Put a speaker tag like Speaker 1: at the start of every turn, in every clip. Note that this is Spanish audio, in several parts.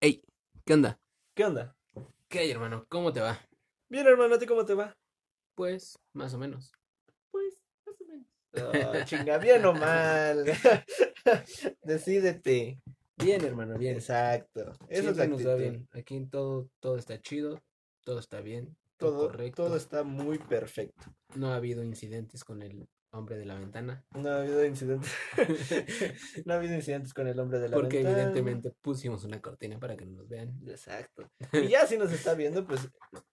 Speaker 1: Ey, ¿qué onda?
Speaker 2: ¿Qué onda?
Speaker 1: ¿Qué hay, hermano? ¿Cómo te va?
Speaker 2: Bien, hermano, ¿a ti cómo te va?
Speaker 1: Pues, más o menos.
Speaker 2: Pues, más o menos. Ah, chinga, bien o mal. Decídete.
Speaker 1: Bien, hermano, bien.
Speaker 2: Exacto. Eso es la
Speaker 1: Siempre nos va
Speaker 2: actitud.
Speaker 1: bien. Aquí en todo, todo está chido, todo está bien, todo,
Speaker 2: Todo,
Speaker 1: correcto.
Speaker 2: todo está muy perfecto.
Speaker 1: No ha habido incidentes con el hombre de la ventana.
Speaker 2: No ha habido incidentes. no ha habido incidentes con el hombre de la
Speaker 1: porque
Speaker 2: ventana.
Speaker 1: evidentemente pusimos una cortina para que no nos vean.
Speaker 2: Exacto. Y ya si nos está viendo, pues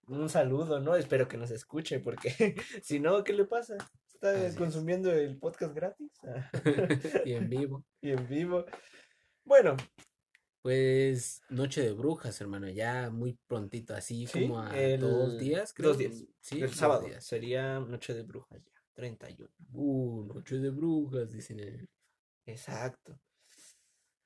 Speaker 2: un saludo, ¿no? Espero que nos escuche, porque si no, ¿qué le pasa? Está eh,
Speaker 1: Así es.
Speaker 2: consumiendo el podcast gratis ah,
Speaker 1: y en vivo.
Speaker 2: y en vivo. Bueno,
Speaker 1: Pues Noche de Brujas, hermano, ya muy prontito, así
Speaker 2: Sí,
Speaker 1: como a dos
Speaker 2: el-
Speaker 1: días, creo.
Speaker 2: dos días,
Speaker 1: Sí,
Speaker 2: el
Speaker 1: dos
Speaker 2: sábado
Speaker 1: días.
Speaker 2: sería Noche de Brujas ya, 31.
Speaker 1: Uh, Noche de Brujas, dicen. en-
Speaker 2: Exacto.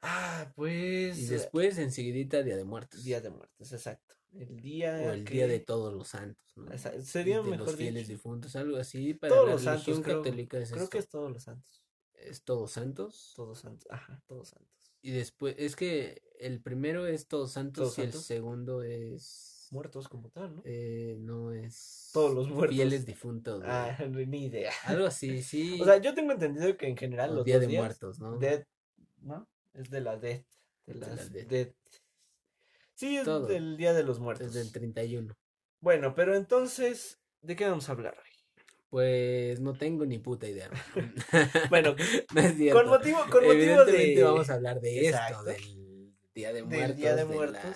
Speaker 2: Ah,
Speaker 1: Y
Speaker 2: pues eh,
Speaker 1: después enseguidita Día de Muertos.
Speaker 2: Día de Muertos, exacto. El
Speaker 1: o
Speaker 2: día
Speaker 1: el Día de
Speaker 2: que-
Speaker 1: Todos los Santos, ¿no?
Speaker 2: Esa- Sería
Speaker 1: de
Speaker 2: mejor
Speaker 1: los fieles
Speaker 2: dicho.
Speaker 1: difuntos, algo así. Para
Speaker 2: Todos
Speaker 1: la
Speaker 2: los santos,
Speaker 1: religión
Speaker 2: creo-
Speaker 1: católica es
Speaker 2: Creo
Speaker 1: esto.
Speaker 2: que es todos los santos.
Speaker 1: es Todos Santos.
Speaker 2: Todos santos. Ajá, todos santos.
Speaker 1: Y después, es que el primero es Todos Santos
Speaker 2: Todos
Speaker 1: y el
Speaker 2: Santos.
Speaker 1: segundo es.
Speaker 2: Muertos como tal, ¿no?
Speaker 1: eh, no es.
Speaker 2: Todos los muertos.
Speaker 1: Fieles difuntos. güey.
Speaker 2: Ah, ni idea.
Speaker 1: Algo así, eh. sí.
Speaker 2: O sea, yo tengo entendido que en general
Speaker 1: o
Speaker 2: los
Speaker 1: Día
Speaker 2: dos
Speaker 1: de
Speaker 2: días,
Speaker 1: Muertos, ¿no?
Speaker 2: Dead, ¿no? Es de la Death. De
Speaker 1: la
Speaker 2: las
Speaker 1: Death.
Speaker 2: Death. Sí, es
Speaker 1: Todo.
Speaker 2: del Día de los Muertos.
Speaker 1: Desde el 31.
Speaker 2: Bueno, pero entonces, ¿de qué vamos a hablar hoy?
Speaker 1: Pues no tengo ni puta idea.
Speaker 2: Bueno,
Speaker 1: no es cierto.
Speaker 2: con motivo, con motivo
Speaker 1: Evidentemente
Speaker 2: de...
Speaker 1: vamos a hablar de
Speaker 2: Exacto.
Speaker 1: esto, del Día de Muertos.
Speaker 2: del Día de
Speaker 1: la-
Speaker 2: Muertos.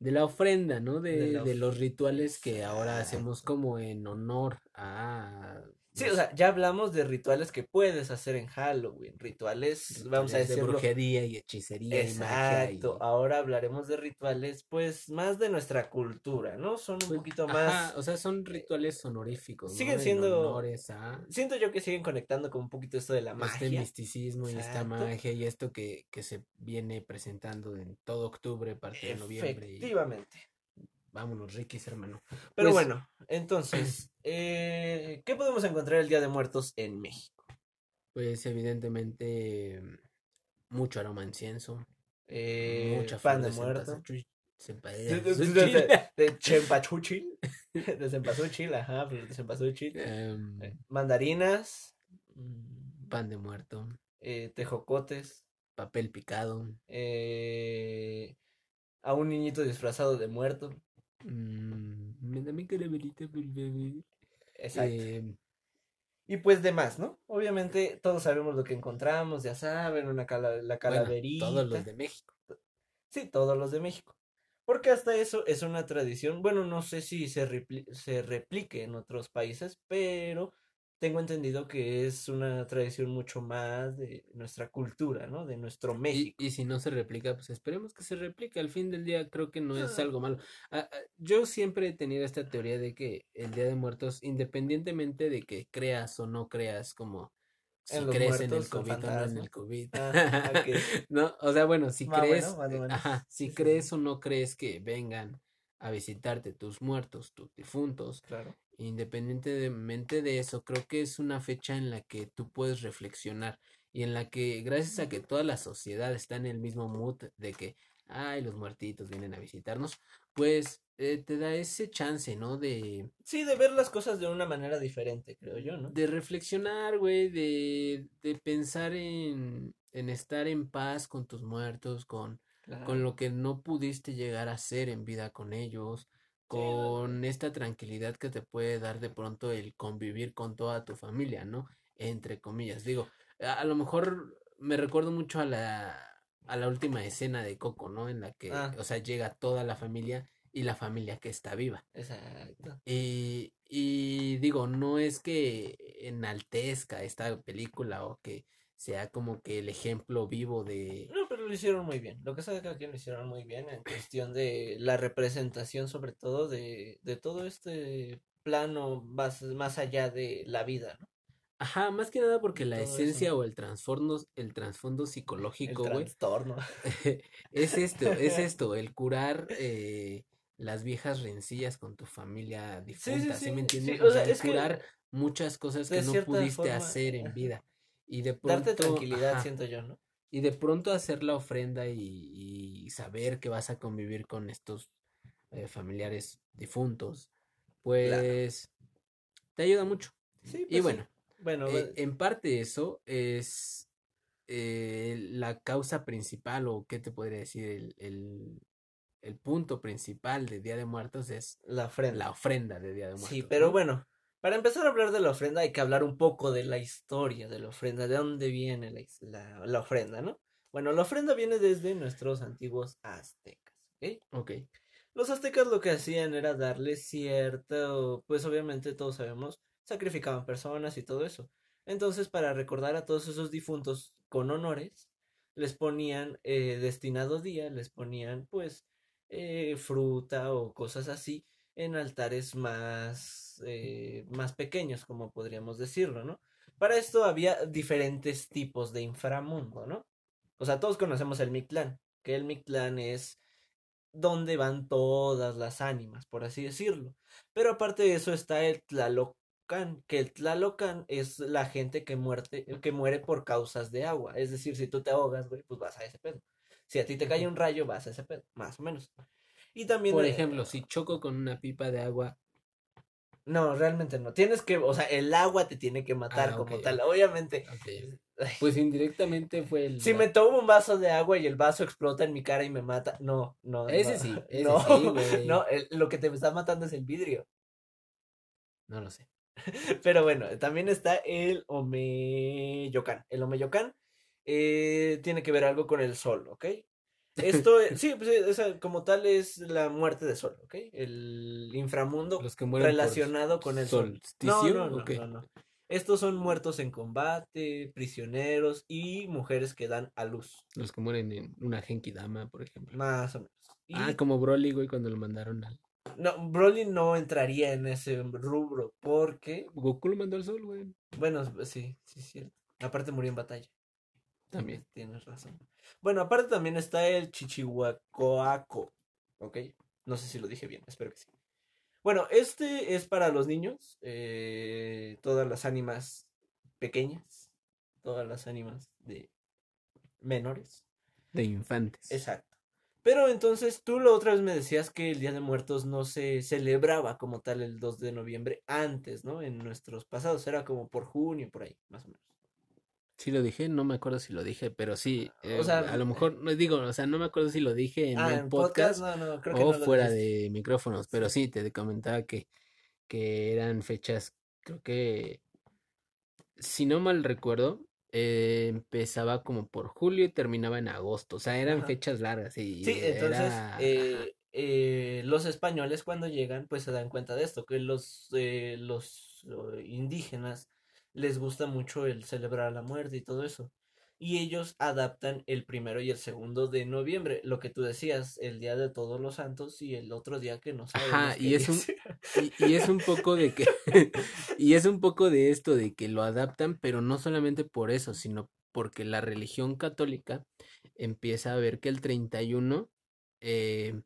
Speaker 1: de la ofrenda, ¿no? De,
Speaker 2: De la
Speaker 1: de los rituales que ahora
Speaker 2: Exacto.
Speaker 1: hacemos como en honor a...
Speaker 2: Sí,
Speaker 1: los
Speaker 2: o sea, ya hablamos de rituales que puedes hacer en Halloween, rituales,
Speaker 1: rituales
Speaker 2: vamos a
Speaker 1: De
Speaker 2: decirlo,
Speaker 1: brujería y hechicería
Speaker 2: Exacto,
Speaker 1: y magia.
Speaker 2: ahora hablaremos de rituales, pues más de nuestra cultura, ¿no? Son un
Speaker 1: y- Pues,
Speaker 2: poquito
Speaker 1: ajá,
Speaker 2: más.
Speaker 1: o sea, son rituales honoríficos, ¿no?
Speaker 2: siguen
Speaker 1: En
Speaker 2: siendo
Speaker 1: honores a
Speaker 2: Siento yo que siguen conectando con un poquito esto de la
Speaker 1: este
Speaker 2: magia.
Speaker 1: misticismo y esta
Speaker 2: Exacto.
Speaker 1: magia y esto que, que se viene presentando en todo octubre, parte de noviembre. Y
Speaker 2: Efectivamente.
Speaker 1: vámonos, Ricky, hermano.
Speaker 2: Pero
Speaker 1: Pues-
Speaker 2: bueno, entonces, eh, ¿qué podemos encontrar el Día de Muertos en México?
Speaker 1: Pues evidentemente mucho aroma a incienso,
Speaker 2: Eh,
Speaker 1: mucha flor
Speaker 2: pan de
Speaker 1: de
Speaker 2: muerto.
Speaker 1: cempasúchil- Eh,
Speaker 2: De,
Speaker 1: cempasúchil.
Speaker 2: de, de chempasúchil. De cempasúchil, ajá, pues, de cempasúchil.
Speaker 1: Em,
Speaker 2: Eh, Mandarinas. mm,
Speaker 1: pan de muerto,
Speaker 2: eh, tejocotes.
Speaker 1: papel picado,
Speaker 2: eh, a un niñito disfrazado de muerto.
Speaker 1: mm, pues, me dame caramelita por favor.
Speaker 2: Exacto.
Speaker 1: Em,
Speaker 2: y pues demás, ¿no? Obviamente todos sabemos lo que encontramos, ya saben, una cala- la
Speaker 1: bueno,
Speaker 2: calaverita.
Speaker 1: todos los de México.
Speaker 2: Sí, todos los de México. Porque hasta eso es una tradición, bueno, no sé si se, repli- se replique en otros países, pero tengo entendido que es una tradición mucho más de nuestra cultura, ¿no? De nuestro
Speaker 1: Y,
Speaker 2: México.
Speaker 1: y si no se replica, pues esperemos que se replique. Al fin del día creo que no es
Speaker 2: Ah.
Speaker 1: algo malo. Ah, ah, yo siempre he tenido esta teoría de que el Día de Muertos, independientemente de que creas o no creas, como si
Speaker 2: En los
Speaker 1: crees en el
Speaker 2: muertos, son
Speaker 1: COVID o no en el
Speaker 2: fantasmas.
Speaker 1: COVID.
Speaker 2: Ah, ok.
Speaker 1: No, o sea, bueno, si
Speaker 2: Ah, bueno,
Speaker 1: crees,
Speaker 2: más o
Speaker 1: eh,
Speaker 2: menos.
Speaker 1: ajá, si
Speaker 2: Sí, sí,
Speaker 1: crees o no crees que vengan a visitarte tus muertos, tus difuntos,
Speaker 2: Claro.
Speaker 1: Independientemente de eso, creo que es una fecha en la que tú puedes reflexionar y en la que, gracias a que toda la sociedad está en el mismo mood de que, ay, los muertitos vienen a visitarnos, pues eh, te da ese chance, ¿no? De,
Speaker 2: Sí, de ver las cosas de una manera diferente, creo yo, ¿no?
Speaker 1: de reflexionar, güey, de, de pensar en, en estar en paz con tus muertos, con, con lo que no pudiste llegar a hacer en vida con ellos,
Speaker 2: no,
Speaker 1: con esta tranquilidad que te puede dar de pronto el convivir con toda tu familia, ¿no? Entre comillas, digo, a, a lo mejor me recuerdo mucho a la, a la última escena de Coco, ¿no? En la que,
Speaker 2: Ah.
Speaker 1: o sea, llega toda la familia y la familia que está viva.
Speaker 2: Exacto.
Speaker 1: Y, y digo, no es que enaltezca esta película o que sea como que el ejemplo vivo de,
Speaker 2: No, pero lo hicieron muy bien. Lo que sea de cada quien lo hicieron muy bien en cuestión de la representación, sobre todo, de, de todo este plano más, más allá de la vida, ¿no?
Speaker 1: Ajá, más que nada porque
Speaker 2: Y
Speaker 1: la
Speaker 2: todo eso.
Speaker 1: esencia o el trasfondo, el trasfondo
Speaker 2: El
Speaker 1: psicológico, güey,
Speaker 2: trastorno.
Speaker 1: es esto, es esto, el curar eh, las viejas rencillas con tu familia difunta, ¿sí,
Speaker 2: sí,
Speaker 1: me entiendes?
Speaker 2: sí,
Speaker 1: O
Speaker 2: o
Speaker 1: sea,
Speaker 2: sea,
Speaker 1: el
Speaker 2: es que-
Speaker 1: curar muchas cosas
Speaker 2: de
Speaker 1: que no
Speaker 2: cierta
Speaker 1: pudiste
Speaker 2: forma,
Speaker 1: hacer en
Speaker 2: ajá.
Speaker 1: vida. Y de pronto,
Speaker 2: Darte tranquilidad,
Speaker 1: ajá,
Speaker 2: siento yo, ¿no?
Speaker 1: y de pronto hacer la ofrenda y, y saber que vas a convivir con estos eh, familiares difuntos, pues te ayuda mucho.
Speaker 2: Sí,
Speaker 1: Y
Speaker 2: pues sí.
Speaker 1: bueno,
Speaker 2: Bueno,
Speaker 1: eh,
Speaker 2: va-
Speaker 1: en parte eso es eh, la causa principal o qué te podría decir el, el- el punto principal de Día de Muertos es
Speaker 2: la ofrenda.
Speaker 1: la ofrenda de Día de Muertos.
Speaker 2: Sí, pero
Speaker 1: ¿no?
Speaker 2: bueno, para empezar a hablar de la ofrenda hay que hablar un poco de la historia de la ofrenda, de dónde viene la, his- la- la ofrenda, ¿no? Bueno, la ofrenda viene desde nuestros antiguos aztecas, ¿ok?
Speaker 1: Ok.
Speaker 2: Los aztecas lo que hacían era darle cierto, pues obviamente todos sabemos, sacrificaban personas y todo eso. Entonces, para recordar a todos esos difuntos con honores, les ponían eh, destinado día, les ponían pues eh, fruta o cosas así en altares más, eh, más pequeños, como podríamos decirlo, ¿no? Para esto había diferentes tipos de inframundo, ¿no? O sea, todos conocemos el Mictlán, que el Mictlán es donde van todas las ánimas, por así decirlo. Pero aparte de eso está el Tlalocan, que el Tlalocan es la gente que, muerte, que muere por causas de agua. Es decir, si tú te ahogas, güey, pues vas a ese pedo. Si a ti te cae
Speaker 1: Ujú.
Speaker 2: un rayo, vas a ese pedo, más o menos. Y también...
Speaker 1: Por
Speaker 2: eh,
Speaker 1: ejemplo, si choco con una pipa de agua,
Speaker 2: No, realmente no. Tienes que, o sea, el agua te tiene que matar
Speaker 1: Ah,
Speaker 2: como
Speaker 1: ok, Ah,
Speaker 2: tal, obviamente.
Speaker 1: ok, ok. pues indirectamente fue el...
Speaker 2: Si me tomo un vaso de agua y el vaso explota en mi cara y me mata, no, no, no,
Speaker 1: Ese sí, ese
Speaker 2: no,
Speaker 1: sí, güey.
Speaker 2: no, el- lo que te está matando es el vidrio.
Speaker 1: No lo sé.
Speaker 2: Pero bueno, también está el Omeyocan. El Omeyocan eh, tiene que ver algo con el sol, ¿ok? Esto, eh, sí, pues, eh, o sea, como tal es la muerte de sol, ¿ok? El inframundo
Speaker 1: Los que mueren por
Speaker 2: relacionado con el sol. No,
Speaker 1: solsticio,
Speaker 2: no, no,
Speaker 1: ok.
Speaker 2: no, no. Estos son muertos en combate, prisioneros y mujeres que dan a luz,
Speaker 1: Los que mueren en una Genkidama, por ejemplo.
Speaker 2: más o menos. Y
Speaker 1: Ah, como Broly, güey, cuando lo mandaron al...
Speaker 2: no, Broly no entraría en ese rubro porque,
Speaker 1: Goku lo mandó al sol, güey.
Speaker 2: bueno, sí, sí, es cierto. Aparte murió en batalla.
Speaker 1: También.
Speaker 2: Tienes razón. Bueno, aparte también está el Chichihuacoaco. ¿Ok? No sé si lo dije bien, espero que sí. Bueno, este es para los niños. eh, todas las ánimas pequeñas. Todas las ánimas de menores.
Speaker 1: De infantes.
Speaker 2: Exacto. Pero entonces tú la otra vez me decías que el Día de Muertos no se celebraba como tal el 2 de noviembre antes, ¿no? En nuestros pasados. Era como por junio, por ahí, más o menos.
Speaker 1: Sí lo dije, no me acuerdo si lo dije, pero sí,
Speaker 2: Ah, O
Speaker 1: eh,
Speaker 2: sea,
Speaker 1: a lo mejor, no digo, o sea, no me acuerdo si lo dije en
Speaker 2: Ah,
Speaker 1: el
Speaker 2: en podcast,
Speaker 1: podcast
Speaker 2: no, no, creo que
Speaker 1: o
Speaker 2: no lo
Speaker 1: fuera
Speaker 2: dijiste.
Speaker 1: de micrófonos, pero sí, te comentaba que, que eran fechas, creo que, si no mal recuerdo, eh, empezaba como por julio y terminaba en agosto, o sea, eran
Speaker 2: Ajá.
Speaker 1: fechas largas y,
Speaker 2: Sí, entonces
Speaker 1: era... ajá.
Speaker 2: eh, eh, los españoles cuando llegan pues se dan cuenta de esto, que los, eh, los eh, indígenas les gusta mucho el celebrar la muerte y todo eso. Y ellos adaptan el primero y el segundo de noviembre, lo que tú decías, el día de todos los santos y el otro día que no sabemos
Speaker 1: Ajá,
Speaker 2: qué
Speaker 1: y es
Speaker 2: día
Speaker 1: un,
Speaker 2: sea.
Speaker 1: y, y es un poco de que, y es un poco de esto, de que lo adaptan, pero no solamente por eso, sino porque la religión católica empieza a ver que el 31 eh,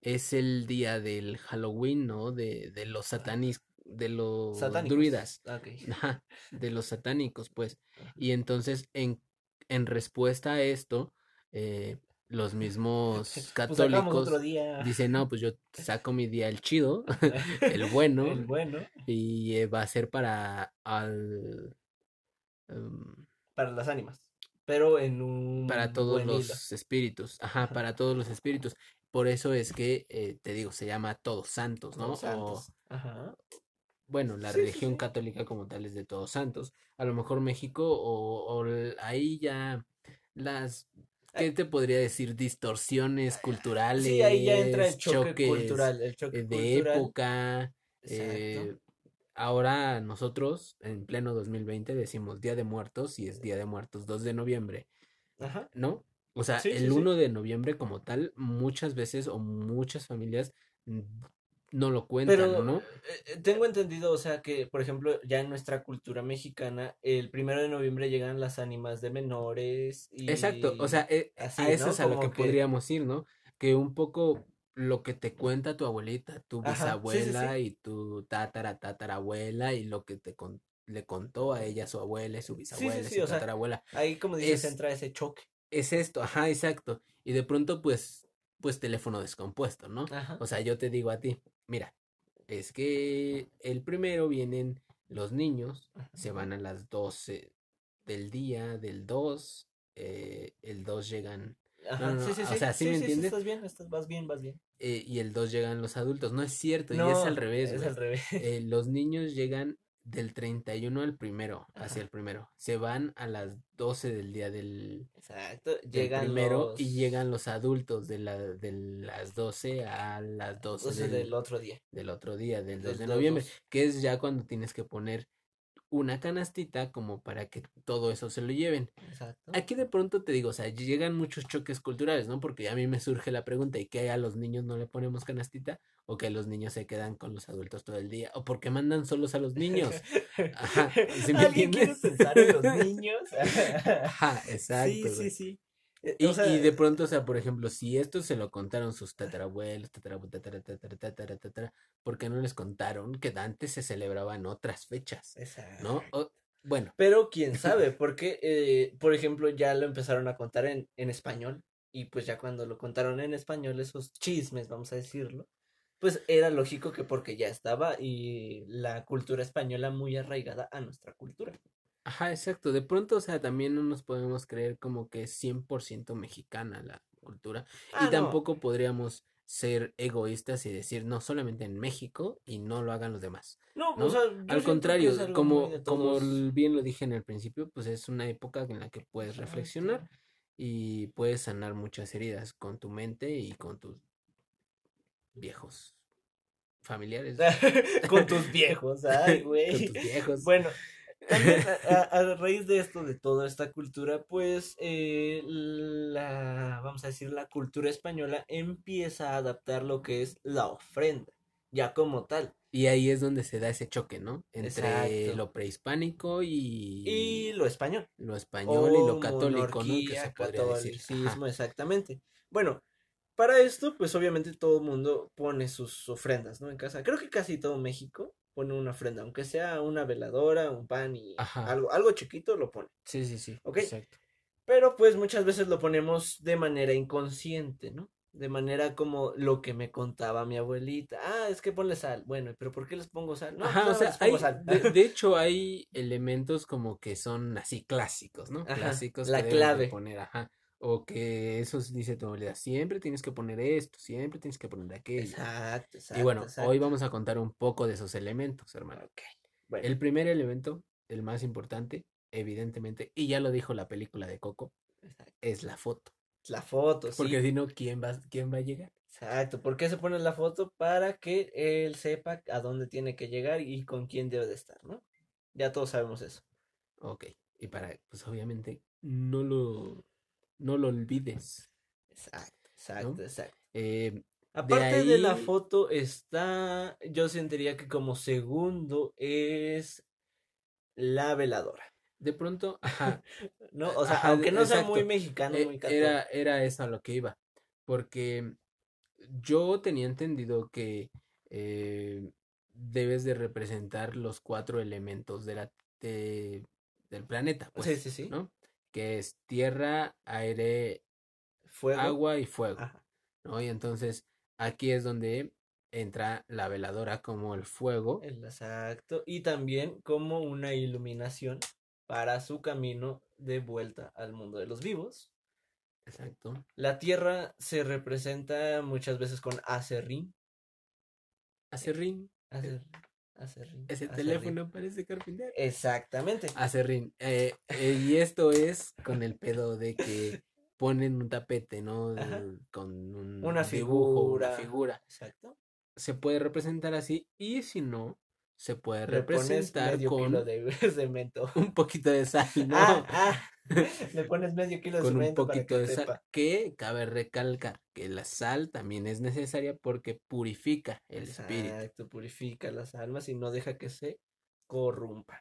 Speaker 1: es el día del Halloween, ¿no? De, de los satanis, de los
Speaker 2: Satánicos.
Speaker 1: druidas,
Speaker 2: Ah, Ok.
Speaker 1: ajá, de los satánicos, pues.
Speaker 2: Ajá.
Speaker 1: Y entonces, en, en respuesta a esto, eh, los mismos
Speaker 2: Pues sacamos
Speaker 1: católicos
Speaker 2: otro día.
Speaker 1: dice, no, pues yo saco mi día el chido, el bueno,
Speaker 2: El bueno
Speaker 1: y eh, va a ser para al, em,
Speaker 2: para las ánimas, pero en un
Speaker 1: para todos
Speaker 2: buen hilo.
Speaker 1: los espíritus, ajá,
Speaker 2: Ajá.
Speaker 1: para todos los espíritus. Por eso es que, eh, te digo, se llama Todos Santos, ¿no?
Speaker 2: Todos
Speaker 1: O,
Speaker 2: santos. Ajá.
Speaker 1: bueno, la
Speaker 2: Sí, sí,
Speaker 1: religión
Speaker 2: sí.
Speaker 1: católica como tal es de Todos Santos. A lo mejor México o, o l- ahí ya las,
Speaker 2: Eh
Speaker 1: ¿qué
Speaker 2: Ay,
Speaker 1: te podría decir? Distorsiones
Speaker 2: Sí, ahí ya entra el
Speaker 1: culturales,
Speaker 2: choque
Speaker 1: choques
Speaker 2: cultural, el
Speaker 1: eh,
Speaker 2: choque
Speaker 1: de
Speaker 2: cultural.
Speaker 1: época.
Speaker 2: Exacto.
Speaker 1: eh, ahora nosotros en pleno 2020 decimos Día de Muertos y es Día de Muertos 2 de noviembre,
Speaker 2: Ajá.
Speaker 1: ¿no? O sea,
Speaker 2: Sí, sí,
Speaker 1: el
Speaker 2: sí.
Speaker 1: 1 de noviembre como tal, muchas veces o muchas familias mm, no lo cuentan,
Speaker 2: Pero
Speaker 1: ¿no?
Speaker 2: eh, eh, tengo entendido, o sea, que por ejemplo, ya en nuestra cultura mexicana, el primero de noviembre llegan las ánimas de menores y
Speaker 1: Exacto, o sea, eh,
Speaker 2: así,
Speaker 1: a eso
Speaker 2: ¿no?
Speaker 1: es a lo que
Speaker 2: Como que-
Speaker 1: podríamos ir, ¿no? Que un poco lo que te cuenta tu abuelita, tu
Speaker 2: Ajá, sí, sí, sí.
Speaker 1: bisabuela y tu tatara tatarabuela y lo que te con- le contó a ella su abuela y su bisabuela y
Speaker 2: sí,
Speaker 1: su
Speaker 2: o sea,
Speaker 1: tatarabuela.
Speaker 2: ahí como dices,
Speaker 1: es-
Speaker 2: entra ese choque.
Speaker 1: Es esto, ajá, exacto. Y de pronto, pues, pues teléfono descompuesto, ¿no?
Speaker 2: Ajá.
Speaker 1: O sea, yo te digo a ti, mira, es que el primero vienen los niños, se van a las 12 del día, del 2, eh, el 2 llegan,
Speaker 2: Ajá,
Speaker 1: no,
Speaker 2: sí, sí,
Speaker 1: o
Speaker 2: sí.
Speaker 1: sea, ¿sí me entiendes?
Speaker 2: estás bien, estás, vas bien, vas bien.
Speaker 1: eh, y el 2 llegan los adultos. No es cierto, y es
Speaker 2: No,
Speaker 1: al revés,
Speaker 2: es
Speaker 1: güey.
Speaker 2: al revés.
Speaker 1: Eh, los niños llegan del 31 al primero,
Speaker 2: Ajá.
Speaker 1: hacia el primero. Se van a las 12 del día del,
Speaker 2: Exacto,
Speaker 1: del
Speaker 2: llegan
Speaker 1: primero y
Speaker 2: los-
Speaker 1: llegan los adultos de, la, de las 12 a las 12
Speaker 2: o sea,
Speaker 1: del,
Speaker 2: del otro día.
Speaker 1: del otro día, del 2
Speaker 2: del
Speaker 1: de
Speaker 2: dos,
Speaker 1: noviembre,
Speaker 2: dos.
Speaker 1: que es ya cuando tienes que poner una canastita como para que todo eso se lo lleven.
Speaker 2: Exacto.
Speaker 1: Aquí de pronto te digo, o sea, llegan muchos choques culturales, ¿no? Porque a mí me surge la pregunta, ¿y qué a los niños no le ponemos canastita? ¿O que los niños se quedan con los adultos todo el día? ¿O por qué mandan solos a los niños? Ajá, ¿sí me
Speaker 2: ¿Alguien quiere
Speaker 1: entiendes?
Speaker 2: pensar en los niños?
Speaker 1: Ajá, exacto.
Speaker 2: sí, sí,
Speaker 1: güey.
Speaker 2: sí. Eh,
Speaker 1: Y,
Speaker 2: o sea,
Speaker 1: y de pronto, o sea, por ejemplo, si esto se lo contaron sus tatarabuelos, tatarabu, tatara, tatara, tatara, tatara, ¿por qué no les contaron que antes se celebraban otras fechas?
Speaker 2: exacto.
Speaker 1: ¿No? O- bueno,
Speaker 2: Pero quién sabe, porque, eh, por ejemplo, ya lo empezaron a contar en, en español. Y pues ya cuando lo contaron en español, esos chismes, vamos a decirlo, pues era lógico que porque ya estaba y la cultura española muy arraigada a nuestra cultura.
Speaker 1: Ajá, exacto. De pronto, o sea, también no nos podemos creer como que es 100% mexicana la cultura.
Speaker 2: Ah,
Speaker 1: y
Speaker 2: no,
Speaker 1: tampoco podríamos ser egoístas y decir, no, solamente en México y no lo hagan los demás.
Speaker 2: No,
Speaker 1: ¿no?
Speaker 2: o sea, yo siento que
Speaker 1: Al
Speaker 2: es
Speaker 1: contrario,
Speaker 2: algo muy de
Speaker 1: como, como
Speaker 2: todos.
Speaker 1: l- bien lo dije en el principio, pues es una época en la que
Speaker 2: Ah,
Speaker 1: puedes reflexionar y puedes sanar muchas heridas con tu mente y con tus viejos familiares.
Speaker 2: Con tus viejos, ay,
Speaker 1: Con
Speaker 2: güey.
Speaker 1: tus viejos.
Speaker 2: Bueno, también a, a- a raíz de esto, de toda esta cultura, pues eh, la, vamos a decir, la cultura española empieza a adaptar lo que es la ofrenda, ya como tal.
Speaker 1: Y ahí es donde se da ese choque, ¿no? Entre
Speaker 2: Exacto.
Speaker 1: lo prehispánico
Speaker 2: Y
Speaker 1: y
Speaker 2: lo español.
Speaker 1: lo español y lo
Speaker 2: O
Speaker 1: católico, ¿no? Que se
Speaker 2: monarquía,
Speaker 1: podría decir. Ajá.
Speaker 2: catolicismo, exactamente. Bueno, para esto, pues obviamente todo el mundo pone sus ofrendas, ¿no? En casa. Creo que casi todo México pone una ofrenda, aunque sea una veladora, un pan y
Speaker 1: Ajá.
Speaker 2: algo, algo chiquito lo pone.
Speaker 1: Sí, sí, sí.
Speaker 2: Ok.
Speaker 1: Exacto.
Speaker 2: Pero pues muchas veces lo ponemos de manera inconsciente, ¿no? De manera como lo que me contaba mi abuelita. Ah, es que ponle sal. Bueno, pero ¿por qué les pongo sal? No, pues
Speaker 1: Ajá, o
Speaker 2: nada más
Speaker 1: sea,
Speaker 2: les pongo
Speaker 1: hay,
Speaker 2: sal.
Speaker 1: de, de hecho hay elementos como que son así clásicos, ¿no?
Speaker 2: Ajá,
Speaker 1: Clásicos
Speaker 2: la
Speaker 1: que debes de
Speaker 2: clave.
Speaker 1: poner, ajá. O que eso s- dice tu abuelita, siempre tienes que poner esto, siempre tienes que poner aquello.
Speaker 2: Exacto, exacto.
Speaker 1: Y bueno,
Speaker 2: exacto.
Speaker 1: hoy vamos a contar un poco de esos elementos, hermano.
Speaker 2: Ok, bueno.
Speaker 1: El primer elemento, el más importante, evidentemente, y ya lo dijo la película de Coco,
Speaker 2: exacto.
Speaker 1: es la foto.
Speaker 2: La foto, sí.
Speaker 1: Porque si no, ¿quién va, quién va a llegar?
Speaker 2: Exacto, ¿por qué se pone la foto? Para que él sepa a dónde tiene que llegar y con quién debe de estar, ¿no? Ya todos sabemos eso.
Speaker 1: Ok. Y para, pues obviamente, no lo, no lo olvides.
Speaker 2: Exacto, exacto, exacto.
Speaker 1: Eh,
Speaker 2: Aparte de la
Speaker 1: ahí-
Speaker 2: foto está, yo sentiría que como segundo es la veladora,
Speaker 1: de pronto, ajá,
Speaker 2: ¿no? O sea,
Speaker 1: Ajá,
Speaker 2: aunque no sea muy
Speaker 1: exacto.
Speaker 2: mexicano,
Speaker 1: e-
Speaker 2: muy
Speaker 1: era,
Speaker 2: católico.
Speaker 1: era eso a lo que iba. Porque yo tenía entendido que eh, debes de representar los cuatro elementos de la, de- del planeta, pues,
Speaker 2: Sí, sí, sí.
Speaker 1: ¿no? Que es tierra, aire,
Speaker 2: Fuego. Ah.
Speaker 1: agua y fuego.
Speaker 2: Ajá.
Speaker 1: ¿no? Y entonces aquí es donde entra la veladora como el fuego.
Speaker 2: El exacto. Y también como una iluminación para su camino de vuelta al mundo de los vivos.
Speaker 1: Exacto.
Speaker 2: La tierra se representa muchas veces con acerrín.
Speaker 1: Hace ring.
Speaker 2: Acer, acerrín,
Speaker 1: Eh, Ese
Speaker 2: acerrín.
Speaker 1: teléfono parece carpintero.
Speaker 2: Exactamente.
Speaker 1: Hace ring. Eh, eh, y esto es con el pedo de que ponen un tapete, ¿no?
Speaker 2: Ajá.
Speaker 1: Con un dibujo, una
Speaker 2: Una figura.
Speaker 1: figura.
Speaker 2: Exacto.
Speaker 1: Se puede representar así y si no, se puede
Speaker 2: Le pones
Speaker 1: representar
Speaker 2: medio kilo
Speaker 1: con
Speaker 2: de cemento.
Speaker 1: un poquito de sal, ¿no?
Speaker 2: Ah, ah, le pones medio kilo de
Speaker 1: con un
Speaker 2: cemento para
Speaker 1: poquito
Speaker 2: que
Speaker 1: de sal,
Speaker 2: sepa.
Speaker 1: que cabe recalcar que la sal también es necesaria porque purifica el espíritu
Speaker 2: Exacto, purifica las almas y no deja que se corrumpan.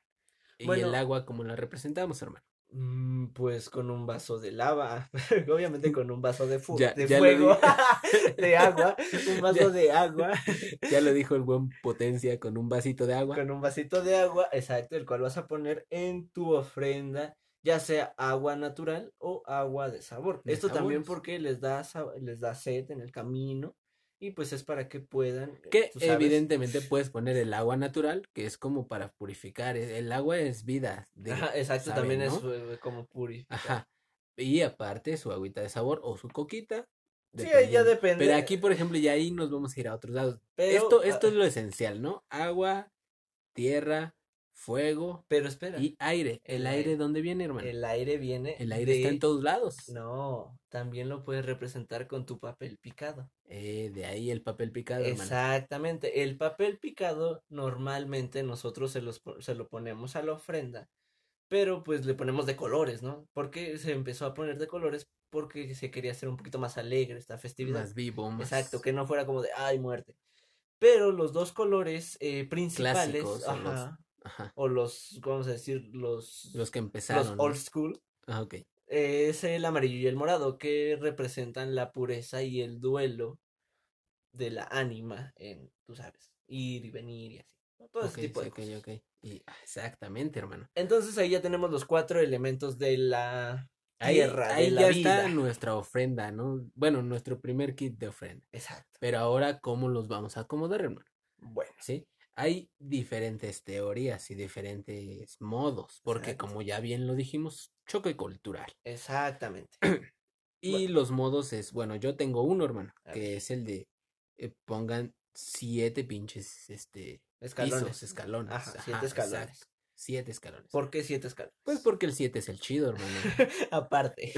Speaker 1: y el
Speaker 2: Bueno.
Speaker 1: agua como la representamos, hermano.
Speaker 2: Mm, Pues con un vaso de lava, obviamente con un vaso de, fu-
Speaker 1: Ya-
Speaker 2: de
Speaker 1: ya lo di-
Speaker 2: fuego, de agua, un vaso
Speaker 1: Ya-
Speaker 2: de agua,
Speaker 1: Ya lo dijo el buen Potencia con un vasito de agua.
Speaker 2: con un vasito de agua, exacto, el cual vas a poner en tu ofrenda, ya sea agua natural o agua de sabor.
Speaker 1: De
Speaker 2: Esto también
Speaker 1: sabores.
Speaker 2: porque les da, sa- les da sed en el camino y pues es para que puedan, eh,
Speaker 1: Que
Speaker 2: tú sabes,
Speaker 1: evidentemente puedes poner el agua natural, que es como para purificar. e- El agua es vida, digo,
Speaker 2: Ajá, exacto,
Speaker 1: saben,
Speaker 2: también es
Speaker 1: ¿no?
Speaker 2: eh, como purificar.
Speaker 1: Ajá. Y aparte su agüita de sabor o su coquita.
Speaker 2: Sí, ahí ya
Speaker 1: dependiendo.
Speaker 2: depende,
Speaker 1: Pero aquí, por ejemplo, ya ahí nos vamos a ir a otros lados.
Speaker 2: pero,
Speaker 1: Esto,
Speaker 2: ah,
Speaker 1: esto es lo esencial, ¿no? Agua, tierra, fuego
Speaker 2: pero espera,
Speaker 1: y aire. ¿El
Speaker 2: el
Speaker 1: aire
Speaker 2: aire.
Speaker 1: dónde viene, hermano?
Speaker 2: el aire viene
Speaker 1: El aire está en
Speaker 2: de...
Speaker 1: todos lados.
Speaker 2: No, también lo puedes representar con tu papel picado.
Speaker 1: Eh, de ahí el papel picado, hermano.
Speaker 2: Exactamente. El papel picado normalmente nosotros se, los, po- se lo ponemos a la ofrenda, pero pues le ponemos de colores, ¿no? Porque se empezó a poner de colores porque se quería hacer un poquito más alegre esta festividad.
Speaker 1: Más vivo, más
Speaker 2: Exacto, que no fuera como de, ay, muerte. Pero los dos colores eh, principales,
Speaker 1: clásicos. o los-
Speaker 2: ajá,
Speaker 1: ajá,
Speaker 2: o los, vamos a decir, los,
Speaker 1: los que
Speaker 2: los
Speaker 1: empezaron. ¿no?
Speaker 2: old school,
Speaker 1: Ah, ok.
Speaker 2: es el amarillo y el morado, que representan la pureza y el duelo de la ánima en, tú sabes, ir y venir y así, ¿no? todo
Speaker 1: Ok,
Speaker 2: ese tipo
Speaker 1: sí,
Speaker 2: de
Speaker 1: ok,
Speaker 2: cosas.
Speaker 1: ok. Y, ah, exactamente, hermano.
Speaker 2: Entonces ahí ya tenemos los cuatro elementos de la
Speaker 1: Ahí,
Speaker 2: tierra, de
Speaker 1: ahí
Speaker 2: la
Speaker 1: ya está
Speaker 2: vida.
Speaker 1: nuestra ofrenda, ¿no? Bueno, nuestro primer kit de ofrenda.
Speaker 2: Exacto.
Speaker 1: Pero ahora, ¿cómo los vamos a acomodar, hermano?
Speaker 2: Bueno,
Speaker 1: ¿Sí? Hay diferentes teorías y diferentes modos, porque
Speaker 2: Exacto.
Speaker 1: como ya bien lo dijimos, choque cultural.
Speaker 2: exactamente.
Speaker 1: Y
Speaker 2: Bueno.
Speaker 1: los modos es, bueno, yo tengo uno, hermano,
Speaker 2: A
Speaker 1: que
Speaker 2: ver.
Speaker 1: es el de eh, pongan siete pinches, este,
Speaker 2: Escalones.
Speaker 1: pisos, escalones.
Speaker 2: Ajá, siete
Speaker 1: exacto,
Speaker 2: escalones.
Speaker 1: Siete escalones.
Speaker 2: ¿Por qué siete escalones?
Speaker 1: Pues porque el siete es el chido, hermano.
Speaker 2: Aparte.